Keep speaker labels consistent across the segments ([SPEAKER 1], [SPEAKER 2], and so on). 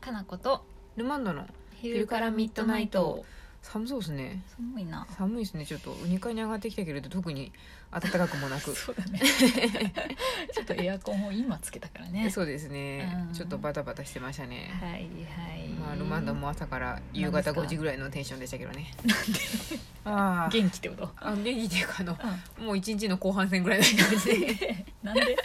[SPEAKER 1] かなこと
[SPEAKER 2] ルマンドの
[SPEAKER 1] 昼からミッドナイト
[SPEAKER 2] 寒そうですね
[SPEAKER 1] 寒いな
[SPEAKER 2] 寒いですねちょっと2階に上がってきたけれど特に暖かくもなく
[SPEAKER 1] そうだ ねちょっとエアコンを今つけたからね
[SPEAKER 2] そうですね
[SPEAKER 1] うん
[SPEAKER 2] ちょっとバタバタしてましたね
[SPEAKER 1] はいはい
[SPEAKER 2] まあルマンドも朝から夕
[SPEAKER 1] 何で
[SPEAKER 2] 方
[SPEAKER 1] すか
[SPEAKER 2] 5時ぐらいのテンションでしたけどねあー
[SPEAKER 1] 元気ってこと
[SPEAKER 2] あ元気っていうかあのもう一日の後半戦ぐらいの感じで
[SPEAKER 1] なんで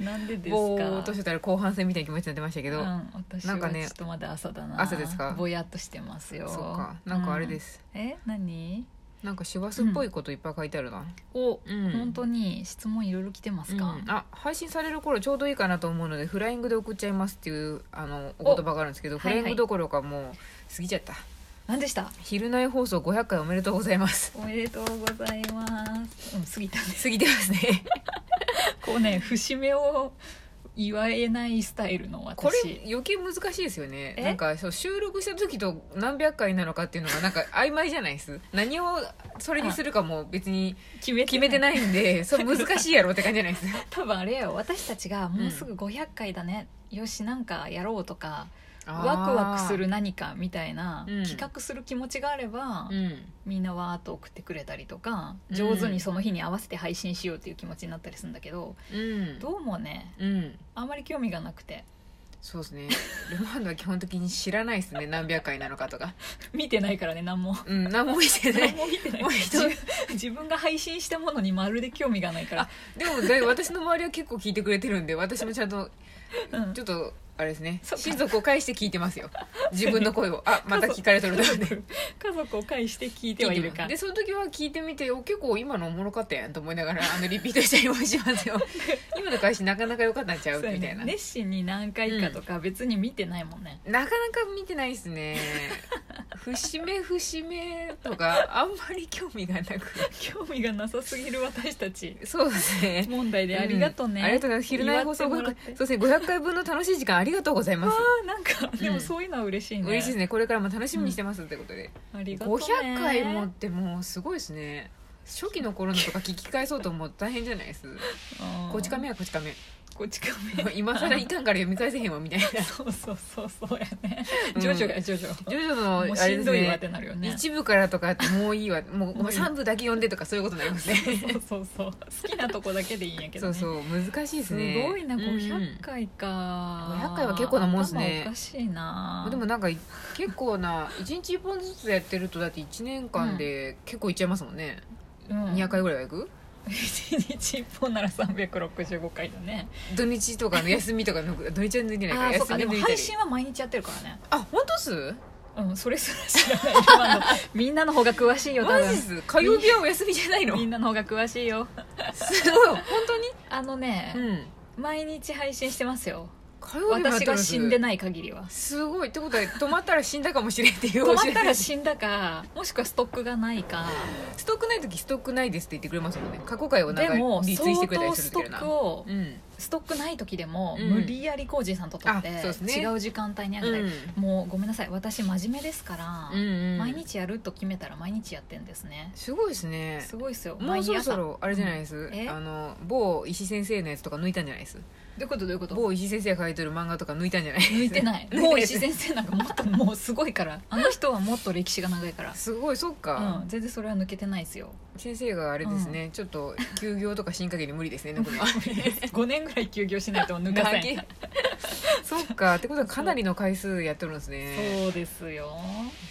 [SPEAKER 1] なんでですか
[SPEAKER 2] ぼーっとしてたら後半戦みたいな気持ちになってましたけど、
[SPEAKER 1] うん、私は
[SPEAKER 2] なん
[SPEAKER 1] ちょ
[SPEAKER 2] かね
[SPEAKER 1] っとまだ朝だな
[SPEAKER 2] 朝ですか
[SPEAKER 1] ぼやっとしてますよ
[SPEAKER 2] そっかなんかあれで、す、
[SPEAKER 1] うんえ何
[SPEAKER 2] なんか師走っぽいこといっぱい書いてあるな、
[SPEAKER 1] お、
[SPEAKER 2] うん
[SPEAKER 1] 本当に質問いろいろ来てますか、
[SPEAKER 2] うんあ配信される頃ちょうどいいかなと思うのでフライングで送っちゃいますっていうあのお言葉があるんですけど
[SPEAKER 1] お
[SPEAKER 2] フライングどころかもう過ぎちゃった、
[SPEAKER 1] 何でした
[SPEAKER 2] 昼内放送500回おめでとうございます
[SPEAKER 1] おめでとうございますうん過ぎたね
[SPEAKER 2] 過ぎてますね
[SPEAKER 1] こうね節目を言わえないスタイルの私
[SPEAKER 2] これ余計難しいですよね
[SPEAKER 1] え
[SPEAKER 2] なんかそう収録した時と何百回なのかっていうのがなんか曖昧じゃない です何をそれにするかも別に
[SPEAKER 1] 決め
[SPEAKER 2] 決め
[SPEAKER 1] い
[SPEAKER 2] てないんでそれ難しいやろって感じじゃないです
[SPEAKER 1] 多分あれよ私たちがもうすぐ500回だね、よしなんかやろうとか ワクワクする何かみたいな
[SPEAKER 2] うん
[SPEAKER 1] 企画する気持ちがあれば、
[SPEAKER 2] うん
[SPEAKER 1] みんなわーっと送ってくれたりとか
[SPEAKER 2] うん
[SPEAKER 1] 上手にその日に合わせて配信しようっていう気持ちになったりするんだけど、
[SPEAKER 2] うん
[SPEAKER 1] どうもね
[SPEAKER 2] うん
[SPEAKER 1] あんまり興味がなくて
[SPEAKER 2] そうで すねルマンドは基本的に知らないですね何百回なのかとか
[SPEAKER 1] 見てないからね何も
[SPEAKER 2] うん何も見てな
[SPEAKER 1] 何
[SPEAKER 2] い
[SPEAKER 1] も見てない
[SPEAKER 2] もう人
[SPEAKER 1] 自 自分が配信したものにまるで興味がないから、
[SPEAKER 2] でもだいぶ私の周りは結構聞いてくれてるんで私もちゃんと
[SPEAKER 1] うん
[SPEAKER 2] ちょっとあれですね
[SPEAKER 1] そっか
[SPEAKER 2] 親族を介して聞いてますよ自分の声を あまた聞かれとると思って聞い
[SPEAKER 1] 家族を介して聞いて
[SPEAKER 2] て
[SPEAKER 1] は
[SPEAKER 2] ます
[SPEAKER 1] いるか
[SPEAKER 2] でその時は聞いてみてお結構今のおもろかったやんと思いながらあのリピートしたりもしま すよ今の返しなかなか良かったんちゃう
[SPEAKER 1] そうや
[SPEAKER 2] みた
[SPEAKER 1] ね
[SPEAKER 2] いな、
[SPEAKER 1] 熱心に何回かとか別に見てないもん ね、
[SPEAKER 2] なかなか見てないですね節目節目とかあんまり興味がなく
[SPEAKER 1] 興味がなさすぎる私たち
[SPEAKER 2] そうですね
[SPEAKER 1] 問題でありがとうね、
[SPEAKER 2] んありがとうございます昼内放送
[SPEAKER 1] 祝ってもら
[SPEAKER 2] 500
[SPEAKER 1] って
[SPEAKER 2] そうですね500回分の楽しい時間ありがとうござい
[SPEAKER 1] あ
[SPEAKER 2] ます
[SPEAKER 1] ーなんかでもそういうのは嬉しいね、
[SPEAKER 2] 嬉しいですねこれからも楽しみにしてますってことで、
[SPEAKER 1] ありがとうね
[SPEAKER 2] 500回もってもうすごいですね初期の頃のとか聞き返そうと思うと大変じゃないです
[SPEAKER 1] うん
[SPEAKER 2] こち亀はこち亀
[SPEAKER 1] こち
[SPEAKER 2] もう
[SPEAKER 1] 亀
[SPEAKER 2] 今更いかんから読み返せへんわみたい な
[SPEAKER 1] そうそうそうそうやね
[SPEAKER 2] うん
[SPEAKER 1] ジョジョがジョジョ
[SPEAKER 2] 徐々
[SPEAKER 1] もう
[SPEAKER 2] のあれ
[SPEAKER 1] し
[SPEAKER 2] で
[SPEAKER 1] ん
[SPEAKER 2] す
[SPEAKER 1] どいわっ
[SPEAKER 2] ね
[SPEAKER 1] てなるよね
[SPEAKER 2] 一部からとかってもういいわもう
[SPEAKER 1] もういい
[SPEAKER 2] 3部だけ読んでとかそういうことになりますね
[SPEAKER 1] そうそうそう好きなとこだけでいいんやけど
[SPEAKER 2] そ
[SPEAKER 1] ね
[SPEAKER 2] うそう難しいです
[SPEAKER 1] す
[SPEAKER 2] ね
[SPEAKER 1] ごいな500回
[SPEAKER 2] 回、
[SPEAKER 1] か、
[SPEAKER 2] うん500回は結構なもんっすね
[SPEAKER 1] 頭おかしいな
[SPEAKER 2] うんでもなんか結構な1日1本ずつやってるとだって1年間で結構いっちゃいますもんね、
[SPEAKER 1] うん
[SPEAKER 2] 200回ぐらいはいく
[SPEAKER 1] 一日一本なら365回だね
[SPEAKER 2] 土日とかの休みとかの土日は抜いてないから
[SPEAKER 1] ああそう
[SPEAKER 2] 休
[SPEAKER 1] か
[SPEAKER 2] み
[SPEAKER 1] でも
[SPEAKER 2] 抜いた
[SPEAKER 1] 配
[SPEAKER 2] り
[SPEAKER 1] 信は毎日やってるからね
[SPEAKER 2] あ本当っす
[SPEAKER 1] うんそれすら知らないルマンドみんなの方が詳しいよ多
[SPEAKER 2] マジっ
[SPEAKER 1] 分
[SPEAKER 2] す火曜日はお休みじゃないの
[SPEAKER 1] みんなの方が詳しいよ
[SPEAKER 2] すごい本
[SPEAKER 1] あのね
[SPEAKER 2] 当、にうん
[SPEAKER 1] 毎日配信してますよ
[SPEAKER 2] 火曜日もや
[SPEAKER 1] 私
[SPEAKER 2] ってる
[SPEAKER 1] が
[SPEAKER 2] ん
[SPEAKER 1] 死んでない限りは
[SPEAKER 2] すごいってことは止まったら死んだかもしれんっていう
[SPEAKER 1] 止まったら
[SPEAKER 2] ス
[SPEAKER 1] 死んだかもしくはストックがないか
[SPEAKER 2] トックない時ストックないですって言ってくれますもんね過去回をなん
[SPEAKER 1] で
[SPEAKER 2] か
[SPEAKER 1] も
[SPEAKER 2] リツ
[SPEAKER 1] 相
[SPEAKER 2] イしてくれたり
[SPEAKER 1] 当
[SPEAKER 2] する
[SPEAKER 1] ス
[SPEAKER 2] け
[SPEAKER 1] ト
[SPEAKER 2] ど
[SPEAKER 1] ッ
[SPEAKER 2] な
[SPEAKER 1] クを
[SPEAKER 2] うん
[SPEAKER 1] ストックない時でも、
[SPEAKER 2] うん
[SPEAKER 1] 無理やりコージーさんと撮って
[SPEAKER 2] あそうですね
[SPEAKER 1] 違う時間帯にあげ
[SPEAKER 2] う
[SPEAKER 1] たり、
[SPEAKER 2] ん
[SPEAKER 1] もうごめんなさい私真面目ですから、
[SPEAKER 2] うんうん
[SPEAKER 1] 毎日やると決めたら毎日やってんですね
[SPEAKER 2] すごいですね
[SPEAKER 1] すごいですよ
[SPEAKER 2] もうそ
[SPEAKER 1] 毎
[SPEAKER 2] ろそ
[SPEAKER 1] 朝ど
[SPEAKER 2] ろあれじゃないです、
[SPEAKER 1] んえ
[SPEAKER 2] あの某石先生のやつとか抜いたんじゃないです
[SPEAKER 1] ういうことどういうこと
[SPEAKER 2] 某石先生が書いてる漫画とか抜いたんじゃない
[SPEAKER 1] 抜いて ない
[SPEAKER 2] 抜いてない
[SPEAKER 1] もう石先生なんかもっともうすごいからあの人はもっと歴史が長いから、
[SPEAKER 2] すごいそっか、
[SPEAKER 1] うん、全然それは抜けてないですよ
[SPEAKER 2] 先生があれですね、ちょっと休業とか新限り無理です ね抜くのは
[SPEAKER 1] 5年ぐらい休業しないと抜かせ
[SPEAKER 2] 長
[SPEAKER 1] ん
[SPEAKER 2] い そっかってことはかなりの回数やってるんですね
[SPEAKER 1] そうですよ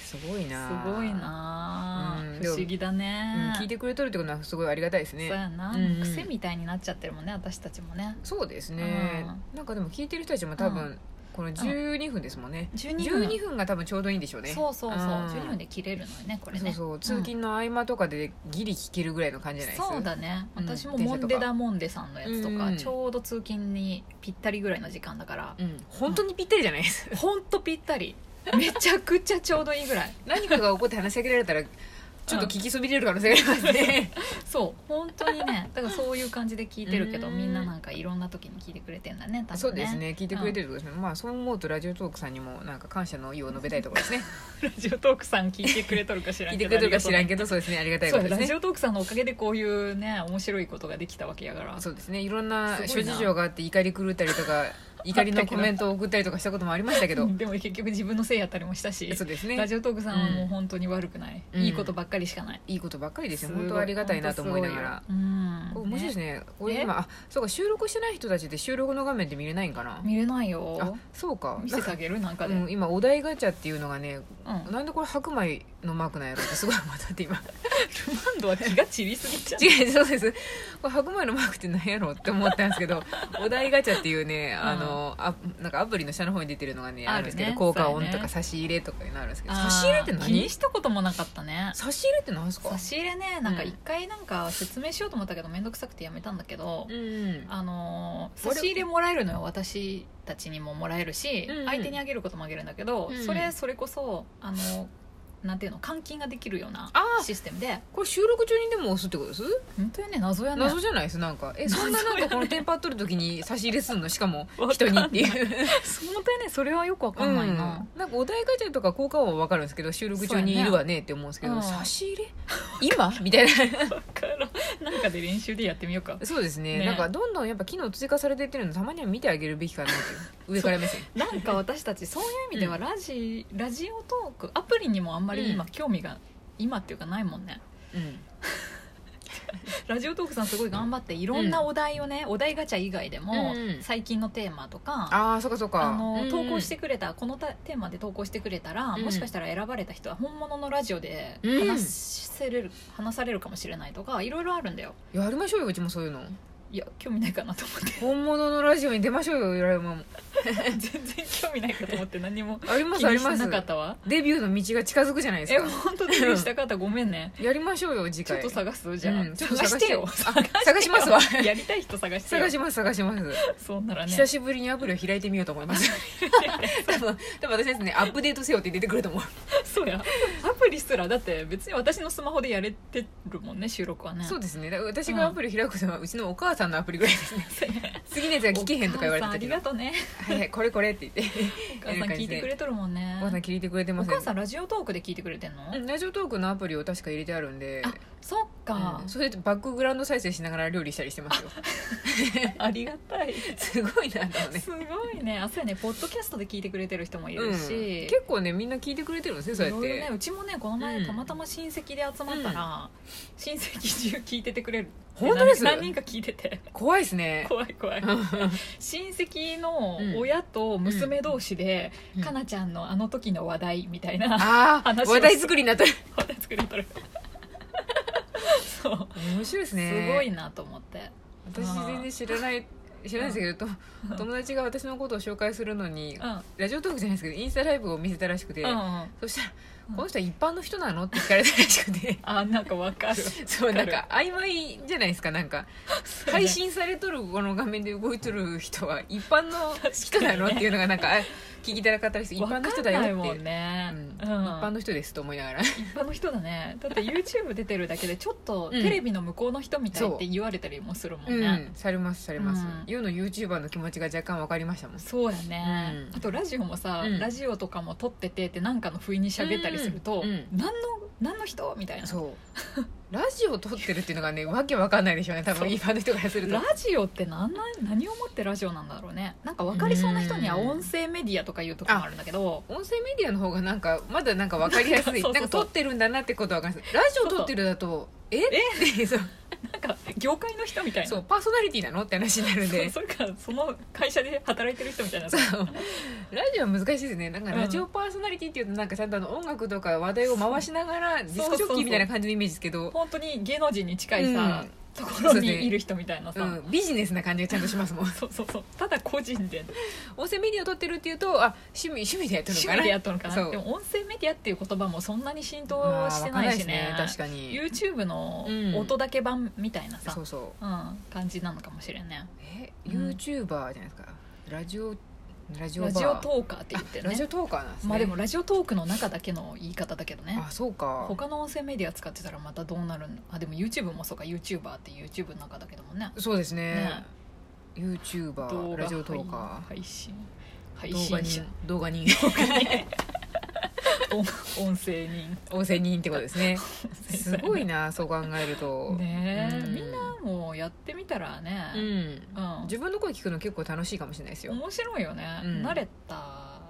[SPEAKER 2] すごい
[SPEAKER 1] す
[SPEAKER 2] な
[SPEAKER 1] ごいな
[SPEAKER 2] うん
[SPEAKER 1] 不思議だね
[SPEAKER 2] うん、聞いてくれとるってことはすごいありがたいです
[SPEAKER 1] そう
[SPEAKER 2] ね
[SPEAKER 1] やな、
[SPEAKER 2] うんうん
[SPEAKER 1] 癖みたいになっちゃってるもんね私たちもね
[SPEAKER 2] そうですね、なんかでも聞いてる人たちも多分、
[SPEAKER 1] う
[SPEAKER 2] この12分ですもんね、
[SPEAKER 1] 12分
[SPEAKER 2] 12分が多分ちょうどいいんでしょうね
[SPEAKER 1] そうそうそう、
[SPEAKER 2] ん
[SPEAKER 1] 12分で切れるのよねこれ
[SPEAKER 2] そう
[SPEAKER 1] ね
[SPEAKER 2] そう通勤の合間とかでギリ聞けるぐらいの感じじゃないですか、
[SPEAKER 1] そうだね
[SPEAKER 2] うん
[SPEAKER 1] 私も
[SPEAKER 2] 電
[SPEAKER 1] モ
[SPEAKER 2] 車とか
[SPEAKER 1] ンデダモンデさんのやつとか、
[SPEAKER 2] うん
[SPEAKER 1] ちょうど通勤にぴったりぐらいの時間だから
[SPEAKER 2] うん、本当にぴったりじゃな いです、
[SPEAKER 1] ほんとぴったりめちゃくちゃちょうどいいぐらい
[SPEAKER 2] 何かが起こって話しかけられたらちょっと聞きそびれる可能性がありますね、
[SPEAKER 1] そう本当に ねだからそういう感じで聞いてるけど
[SPEAKER 2] うん
[SPEAKER 1] みんななんかいろんな時に聞いてくれてんだね多分ね
[SPEAKER 2] そうですね聞いてくれてるってことですね、まあそう思うとラジオトークさんにもなんか感謝の意を述べたいところ ですね
[SPEAKER 1] ラジオトークさん聞いてくれとるか知ら
[SPEAKER 2] 聞
[SPEAKER 1] ん
[SPEAKER 2] い
[SPEAKER 1] け
[SPEAKER 2] て
[SPEAKER 1] ど
[SPEAKER 2] くれてるか知らん
[SPEAKER 1] け
[SPEAKER 2] けどそうですねありがたいこ
[SPEAKER 1] そ
[SPEAKER 2] と
[SPEAKER 1] う
[SPEAKER 2] です
[SPEAKER 1] ラ
[SPEAKER 2] ね
[SPEAKER 1] ジオトークさんのおかげでこういうね面白いことができたわけやから
[SPEAKER 2] そうですねいろんな諸
[SPEAKER 1] すごいな
[SPEAKER 2] 事情があって怒り狂ったりとか怒りのコメントを送ったりとかしたこともありましたけど
[SPEAKER 1] でも結局自分のせいやったりもしたし
[SPEAKER 2] そうです
[SPEAKER 1] ラ
[SPEAKER 2] ね
[SPEAKER 1] ジオトークさんはもう本当に悪くない、
[SPEAKER 2] うん
[SPEAKER 1] いいことばっかりしかない、
[SPEAKER 2] いいことばっかりですよ
[SPEAKER 1] すごい
[SPEAKER 2] 本当ありがたいなと思いながら。
[SPEAKER 1] うん
[SPEAKER 2] これ面白いです
[SPEAKER 1] ね
[SPEAKER 2] ねこれ今あそうか収録してない人たちって収録の画面って見れないんかな
[SPEAKER 1] 見れない
[SPEAKER 2] あ
[SPEAKER 1] よ
[SPEAKER 2] そうか
[SPEAKER 1] 見せてあげるなんかで、
[SPEAKER 2] うん、今お題ガチャっていうのがね
[SPEAKER 1] うん
[SPEAKER 2] なんでこれ白米のマークなんやろってすごいまたって今
[SPEAKER 1] ルマンドは気が散りすぎちゃう
[SPEAKER 2] 違うそうですこれ白米のマークってなんやろって思ったんですけど お題ガチャっていうねあの、あなんかアプリの下の方に出てるのがねあ
[SPEAKER 1] あるね
[SPEAKER 2] るんですけど、効果音
[SPEAKER 1] そう
[SPEAKER 2] と
[SPEAKER 1] や
[SPEAKER 2] か
[SPEAKER 1] ね
[SPEAKER 2] 差し入れとかになるんですけど
[SPEAKER 1] あー
[SPEAKER 2] 差し入れって
[SPEAKER 1] 気に
[SPEAKER 2] 何
[SPEAKER 1] したこともなかったね
[SPEAKER 2] 差し入れって何ですか
[SPEAKER 1] 差し入れねなんか
[SPEAKER 2] うん
[SPEAKER 1] 一回なんか説明しようと思ったけど面倒くさくてやめたんだけど、
[SPEAKER 2] うん
[SPEAKER 1] あのー
[SPEAKER 2] 俺
[SPEAKER 1] 差し入れもらえるのよ私たちにももらえるし、
[SPEAKER 2] うんうん
[SPEAKER 1] 相手にあげることもあげるんだけど、
[SPEAKER 2] うん
[SPEAKER 1] それそれこそあのなんていうの換金ができるような
[SPEAKER 2] あー
[SPEAKER 1] システムで
[SPEAKER 2] これ収録中にでも押すってことです
[SPEAKER 1] 本当よね謎やね
[SPEAKER 2] 謎じゃないですなんかえそんななんかこのテンパっとる時に差し入れすんのしかも
[SPEAKER 1] わか
[SPEAKER 2] 人
[SPEAKER 1] ん
[SPEAKER 2] に
[SPEAKER 1] ない
[SPEAKER 2] っていう
[SPEAKER 1] 本当よねそれはよくわかんないな、
[SPEAKER 2] うん、なんかお題ガチャとか効果音は分かるんですけど収録中にいるわねって思うんですけど、
[SPEAKER 1] そうやねうん
[SPEAKER 2] 差し入れ今みたいな
[SPEAKER 1] だからなんかで練習でやってみようか
[SPEAKER 2] そうですね
[SPEAKER 1] ね
[SPEAKER 2] なんかどんどんやっぱ機能追加されていってるのたまには見てあげるべきかなっていう上から目線
[SPEAKER 1] なんか私たちそういう意味ではラジ,、ラジオトークアプリにもあんまり今興味が、今っていうかないもんね
[SPEAKER 2] うん
[SPEAKER 1] ラジオトークさんすごい頑張っていろんなお題をね、お題ガチャ以外でも、
[SPEAKER 2] うんうん
[SPEAKER 1] 最近のテーマとか
[SPEAKER 2] ああそうかそうか
[SPEAKER 1] あの
[SPEAKER 2] うん
[SPEAKER 1] 投稿してくれたこのたテーマで投稿してくれたら、
[SPEAKER 2] うん
[SPEAKER 1] もしかしたら選ばれた人は本物のラジオで
[SPEAKER 2] うん
[SPEAKER 1] 話せれる、話されるかもしれないとかいろいろあるんだよ
[SPEAKER 2] やりましょうようちもそういうの
[SPEAKER 1] いや興味ないかなと思 って
[SPEAKER 2] 本物のラジオに出ましょうよ浦山も
[SPEAKER 1] 全然興味ないかと思って何も
[SPEAKER 2] ありま
[SPEAKER 1] 気
[SPEAKER 2] すあ
[SPEAKER 1] に
[SPEAKER 2] り
[SPEAKER 1] し
[SPEAKER 2] ま
[SPEAKER 1] て
[SPEAKER 2] す
[SPEAKER 1] なかったわ
[SPEAKER 2] デビューの道が近づくじゃないです
[SPEAKER 1] え
[SPEAKER 2] か
[SPEAKER 1] 本当デビューしたかったごめんね
[SPEAKER 2] やりましょうよ次
[SPEAKER 1] ちょ
[SPEAKER 2] 回
[SPEAKER 1] っと探すじゃあ、
[SPEAKER 2] うんちょっと
[SPEAKER 1] 探してよ
[SPEAKER 2] 探してあ探しますわ
[SPEAKER 1] や りたい人探してよ
[SPEAKER 2] 探します探します
[SPEAKER 1] そうならね
[SPEAKER 2] 久しぶりにアプリを開いてみようと思います 多分多分私ですねアップデートせよって出てくると思う、
[SPEAKER 1] そうやアプリすらだって別に私のスマホでやれてるもんね収録はね
[SPEAKER 2] そうですねだから私がアプリ開くのはうちのお母さんのアプリぐらいですね 次のやつが聞けへんとか言われてたけど
[SPEAKER 1] お母さんありがとうね
[SPEAKER 2] はいはいこれこれって言って
[SPEAKER 1] お母さん聞いてくれとるもんね
[SPEAKER 2] お母さん聞いてくれて
[SPEAKER 1] お
[SPEAKER 2] ます
[SPEAKER 1] 母さんラジオトークで聞いてくれてんの、
[SPEAKER 2] うんラジオトークのアプリを確か入れてあるんで
[SPEAKER 1] あそっか
[SPEAKER 2] うん、それでバックグラウンド再生しながら料理したりしてますよ
[SPEAKER 1] ありがた い
[SPEAKER 2] すごいなと思うね
[SPEAKER 1] すごいねあそうやねポッドキャストで聞いてくれてる人もい
[SPEAKER 2] うん
[SPEAKER 1] るし、
[SPEAKER 2] 結構ねみんな聞いてくれてるんですねそう
[SPEAKER 1] い
[SPEAKER 2] やっ
[SPEAKER 1] ろいろね
[SPEAKER 2] て
[SPEAKER 1] うちもねこの
[SPEAKER 2] う
[SPEAKER 1] 前
[SPEAKER 2] ん
[SPEAKER 1] たまたま親戚で集まったら、親戚中聞いててくれる
[SPEAKER 2] 本当です
[SPEAKER 1] 何何人か聞いて て
[SPEAKER 2] 怖いですね
[SPEAKER 1] 怖い怖い 親戚の親と娘同士で、
[SPEAKER 2] うん
[SPEAKER 1] かなちゃんのあの時の話題みたいな、
[SPEAKER 2] ああ
[SPEAKER 1] 話を
[SPEAKER 2] 話題作りになった
[SPEAKER 1] 話題作れ とるそう、
[SPEAKER 2] 面白いですね
[SPEAKER 1] すごいなと思って
[SPEAKER 2] 私全然知らない知らないですけど、と友達が私のことを紹介するのに、
[SPEAKER 1] うん
[SPEAKER 2] ラジオトークじゃないですけどインスタライブを見せたらしくて、
[SPEAKER 1] うんうん
[SPEAKER 2] そしたら、
[SPEAKER 1] うん
[SPEAKER 2] この人は一般の人なの?」って聞かれたらし くて
[SPEAKER 1] あなんかわかる
[SPEAKER 2] そう
[SPEAKER 1] わ
[SPEAKER 2] な
[SPEAKER 1] か
[SPEAKER 2] ん
[SPEAKER 1] る
[SPEAKER 2] か曖昧じゃないですかなんか配信されとるこの画面で動いとる人は一般の人な
[SPEAKER 1] 確
[SPEAKER 2] の、
[SPEAKER 1] かにね
[SPEAKER 2] っていうのがなん かあ聞きたらかったりして一
[SPEAKER 1] わか
[SPEAKER 2] 般
[SPEAKER 1] んな
[SPEAKER 2] の
[SPEAKER 1] い
[SPEAKER 2] 人だよって、
[SPEAKER 1] も
[SPEAKER 2] うんん
[SPEAKER 1] ね、
[SPEAKER 2] 一般の人ですと思いながら
[SPEAKER 1] 一般の人だねだって YouTube 出てるだけでちょっとテレビの向こうの人みたいって言われたりもするもん
[SPEAKER 2] う
[SPEAKER 1] ね、
[SPEAKER 2] んされますされま
[SPEAKER 1] う
[SPEAKER 2] す、
[SPEAKER 1] ん
[SPEAKER 2] ゆうの YouTuber の気持ちが若干わかりましたもん
[SPEAKER 1] そうやね、
[SPEAKER 2] うん
[SPEAKER 1] あとラジオもさ、
[SPEAKER 2] うん
[SPEAKER 1] ラジオとかも撮っててってなんかの不意に喋ったりすると、
[SPEAKER 2] うんうん
[SPEAKER 1] 何の何の人みたいな
[SPEAKER 2] そうラジオ撮ってるっていうのがねわけわかんないでしょうね多
[SPEAKER 1] そう
[SPEAKER 2] 分一般の人からすると
[SPEAKER 1] ラジオって何なん何をもってラジオなんだろうねなんか分かりそうな人には
[SPEAKER 2] うん
[SPEAKER 1] 音声メディアとかいうとこもあるんだけど
[SPEAKER 2] 音声メディアの方がなんかまだなんかわかりやす
[SPEAKER 1] そう
[SPEAKER 2] いな
[SPEAKER 1] んそうそう
[SPEAKER 2] か撮ってるんだなってことはわかりやすいラジオ撮ってるだとえってそう
[SPEAKER 1] なんか業界の人みたいな
[SPEAKER 2] そ
[SPEAKER 1] そう
[SPEAKER 2] うパーソナリティなのって話になるん で
[SPEAKER 1] それかその会社で働いてる人みたいな
[SPEAKER 2] そうラジオは難しいですねなんか
[SPEAKER 1] うん
[SPEAKER 2] ラジオパーソナリティっていうとなんかちゃんとあの音楽とか話題を回しながらディスクジョッキーみたいな感じのイメージですけど
[SPEAKER 1] 本当に芸能人に近いさ、
[SPEAKER 2] うん
[SPEAKER 1] ところにいる人みたいなさ、
[SPEAKER 2] うん、ビジネスな感じがちゃんとしますもん
[SPEAKER 1] そうそうそうただ個人で
[SPEAKER 2] 音声メディア撮ってるっていうとあ趣味趣味でやってるの
[SPEAKER 1] 趣
[SPEAKER 2] かな
[SPEAKER 1] 味でやったのか
[SPEAKER 2] そ
[SPEAKER 1] な
[SPEAKER 2] う
[SPEAKER 1] でも音声メディアっていう言葉もそんなに浸透
[SPEAKER 2] まあ
[SPEAKER 1] して
[SPEAKER 2] わかん
[SPEAKER 1] な
[SPEAKER 2] ないい
[SPEAKER 1] し
[SPEAKER 2] です
[SPEAKER 1] ね,、
[SPEAKER 2] ね確かに
[SPEAKER 1] YouTube の音だけ版みたいなさ、、
[SPEAKER 2] そううそうん
[SPEAKER 1] 感じなのかもしれんね
[SPEAKER 2] え
[SPEAKER 1] うん
[SPEAKER 2] YouTuber じゃないですかラジオラジオバ
[SPEAKER 1] ラ
[SPEAKER 2] ー
[SPEAKER 1] ジオトーカーって言って
[SPEAKER 2] あラジ
[SPEAKER 1] ね
[SPEAKER 2] オトーカーなんですね
[SPEAKER 1] まあでもラジオトークの中だけの言い方だけどね
[SPEAKER 2] あそうか
[SPEAKER 1] 他の音声メディア使ってたらまたどうなるんあでも YouTube もそうか YouTuber って YouTube の中だけどもね
[SPEAKER 2] そうですね
[SPEAKER 1] ね
[SPEAKER 2] YouTuber ラジオトーカ
[SPEAKER 1] 配信配
[SPEAKER 2] ー動画
[SPEAKER 1] 信者
[SPEAKER 2] 人動画 人
[SPEAKER 1] 音音声人
[SPEAKER 2] 音声人ってことですねすごい
[SPEAKER 1] ね
[SPEAKER 2] なそう考えると
[SPEAKER 1] ねえ
[SPEAKER 2] うん
[SPEAKER 1] みんなもやってみたらね、
[SPEAKER 2] うん
[SPEAKER 1] うん
[SPEAKER 2] 自分の声聞くの結構楽しいかもしれないですよ、
[SPEAKER 1] 面白いよね、
[SPEAKER 2] うん
[SPEAKER 1] 慣れた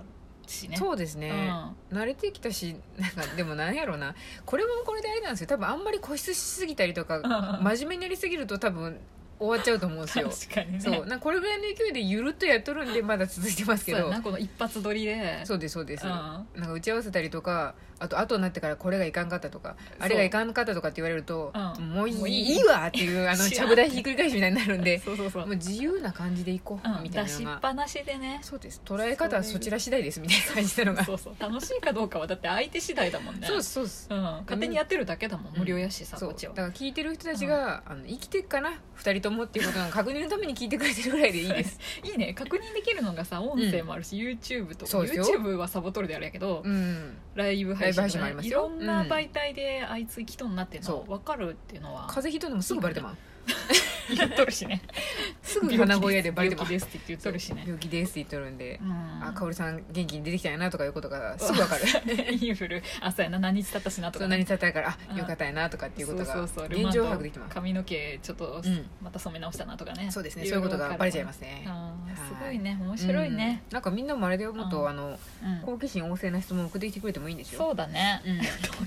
[SPEAKER 1] しね
[SPEAKER 2] そうです
[SPEAKER 1] う
[SPEAKER 2] ね、慣れてきたしなんかでもなんやろうなこれもこれであれなんですよ多分あんまり固執しすぎたりとか真面目になりすぎると多分終わっちゃうと思うんです
[SPEAKER 1] ん、
[SPEAKER 2] よ
[SPEAKER 1] 確かにね
[SPEAKER 2] そうなんかこれぐらいの勢いでゆるっとやっとるんでまだ続いてますけ
[SPEAKER 1] そうや
[SPEAKER 2] ど
[SPEAKER 1] なこの一発撮りで
[SPEAKER 2] そうですそうです、
[SPEAKER 1] うん
[SPEAKER 2] なんか打ち合わせたりとかあと後になってからこれがいかんかったとか
[SPEAKER 1] そう
[SPEAKER 2] あれがいかんかったとかって言われると、
[SPEAKER 1] うん
[SPEAKER 2] もういい
[SPEAKER 1] もういい
[SPEAKER 2] いいわっていうあの
[SPEAKER 1] 知
[SPEAKER 2] ち
[SPEAKER 1] ら
[SPEAKER 2] ゃ
[SPEAKER 1] ん
[SPEAKER 2] ぶ台ひっくり返しみたいになるん で
[SPEAKER 1] そうそうそう
[SPEAKER 2] もう自由な感じでいこう、
[SPEAKER 1] うん
[SPEAKER 2] みたい
[SPEAKER 1] 出
[SPEAKER 2] な
[SPEAKER 1] し
[SPEAKER 2] の
[SPEAKER 1] っ
[SPEAKER 2] が
[SPEAKER 1] ぱなしでね
[SPEAKER 2] そうです捉え方はそちら次第ですみたいな感じなのが
[SPEAKER 1] そうそう楽しいかどうかはだって相手次第だもんね
[SPEAKER 2] そうですそうです
[SPEAKER 1] うん、勝手にやってるだけだもん、
[SPEAKER 2] うん
[SPEAKER 1] 無料やしさ
[SPEAKER 2] そ
[SPEAKER 1] こ
[SPEAKER 2] う
[SPEAKER 1] っち
[SPEAKER 2] だ
[SPEAKER 1] は
[SPEAKER 2] から聞いてる人たちが、あの生きてるかな2人ともっていうことの確認のために聞いてくれてるぐらいでいいです
[SPEAKER 1] いいね確認できるのがさ音声もあるし、YouTube とか
[SPEAKER 2] そうですよ
[SPEAKER 1] YouTube はサボトルであれやけど、
[SPEAKER 2] うん
[SPEAKER 1] ライブ配信
[SPEAKER 2] ライブ配信もありますよ
[SPEAKER 1] いろんな媒体であいつきとんなっていうの
[SPEAKER 2] そう
[SPEAKER 1] 分かるっていうのは
[SPEAKER 2] 風邪ひいとんでもすぐバレてまう
[SPEAKER 1] 言っとるしね
[SPEAKER 2] すぐ鼻声でバレてま
[SPEAKER 1] 病気で
[SPEAKER 2] う
[SPEAKER 1] すって言っとるしね
[SPEAKER 2] 病気ですって言っとるんで
[SPEAKER 1] う、ん
[SPEAKER 2] あかおりさん元気に出てきたんやなとかいうことがすぐわか る
[SPEAKER 1] インフルあそうやな何日経ったしなと
[SPEAKER 2] そ
[SPEAKER 1] か
[SPEAKER 2] んなに
[SPEAKER 1] ね、
[SPEAKER 2] たたやから
[SPEAKER 1] うん
[SPEAKER 2] あよかったやなとかっていうことが
[SPEAKER 1] そうそうそうルマ
[SPEAKER 2] 現
[SPEAKER 1] ン
[SPEAKER 2] 状
[SPEAKER 1] ド
[SPEAKER 2] 把握できてます
[SPEAKER 1] 髪の毛ちょっと、
[SPEAKER 2] うん
[SPEAKER 1] また染め直したなとかね
[SPEAKER 2] そうですね
[SPEAKER 1] ろ
[SPEAKER 2] そういう
[SPEAKER 1] ろ
[SPEAKER 2] こ
[SPEAKER 1] わ
[SPEAKER 2] と
[SPEAKER 1] か
[SPEAKER 2] が
[SPEAKER 1] る
[SPEAKER 2] バレちゃいますね
[SPEAKER 1] あー
[SPEAKER 2] はい
[SPEAKER 1] すごいね面白いね、
[SPEAKER 2] うんなんかみんなもあれでもっ
[SPEAKER 1] うん
[SPEAKER 2] とあの
[SPEAKER 1] うん
[SPEAKER 2] 好奇心旺盛な質問を送ってきてくれてもいいんですよ
[SPEAKER 1] そうだね、
[SPEAKER 2] うん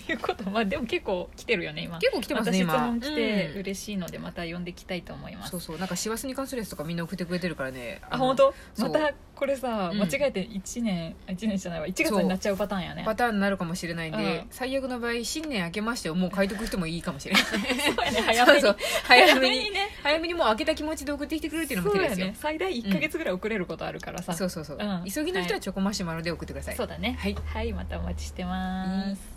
[SPEAKER 1] ということまあでも結構来てるよね今
[SPEAKER 2] 結構来てますね
[SPEAKER 1] ま
[SPEAKER 2] 今
[SPEAKER 1] た質問来て
[SPEAKER 2] うん
[SPEAKER 1] 嬉しいのでまた呼んでいきたいと思います、
[SPEAKER 2] そうそうなんか師走に関するやつとかみんな送ってくれてるからね
[SPEAKER 1] あ
[SPEAKER 2] の
[SPEAKER 1] 本当
[SPEAKER 2] そ
[SPEAKER 1] ま
[SPEAKER 2] う
[SPEAKER 1] たこれさ、
[SPEAKER 2] うん
[SPEAKER 1] 間違えて1年1年じゃないわ1月になっちゃうパターンやね
[SPEAKER 2] パターンになるかもしれないんで、
[SPEAKER 1] うん
[SPEAKER 2] 最悪の場合新年明けましてをもう書いとく人もいいかもしれない
[SPEAKER 1] そうやね早めに
[SPEAKER 2] そう そう早めに
[SPEAKER 1] ね
[SPEAKER 2] 早めにもう明けた気持ちで送ってきてくれるっていうのも
[SPEAKER 1] そう
[SPEAKER 2] 手で
[SPEAKER 1] や
[SPEAKER 2] すよ
[SPEAKER 1] ね最大1か月ぐらい遅れることあるからさ、
[SPEAKER 2] そうそうそう、
[SPEAKER 1] うん
[SPEAKER 2] 急ぎの人はチョコマシュマロで送ってください、
[SPEAKER 1] そうだね
[SPEAKER 2] はい
[SPEAKER 1] はい、またお待ちしてます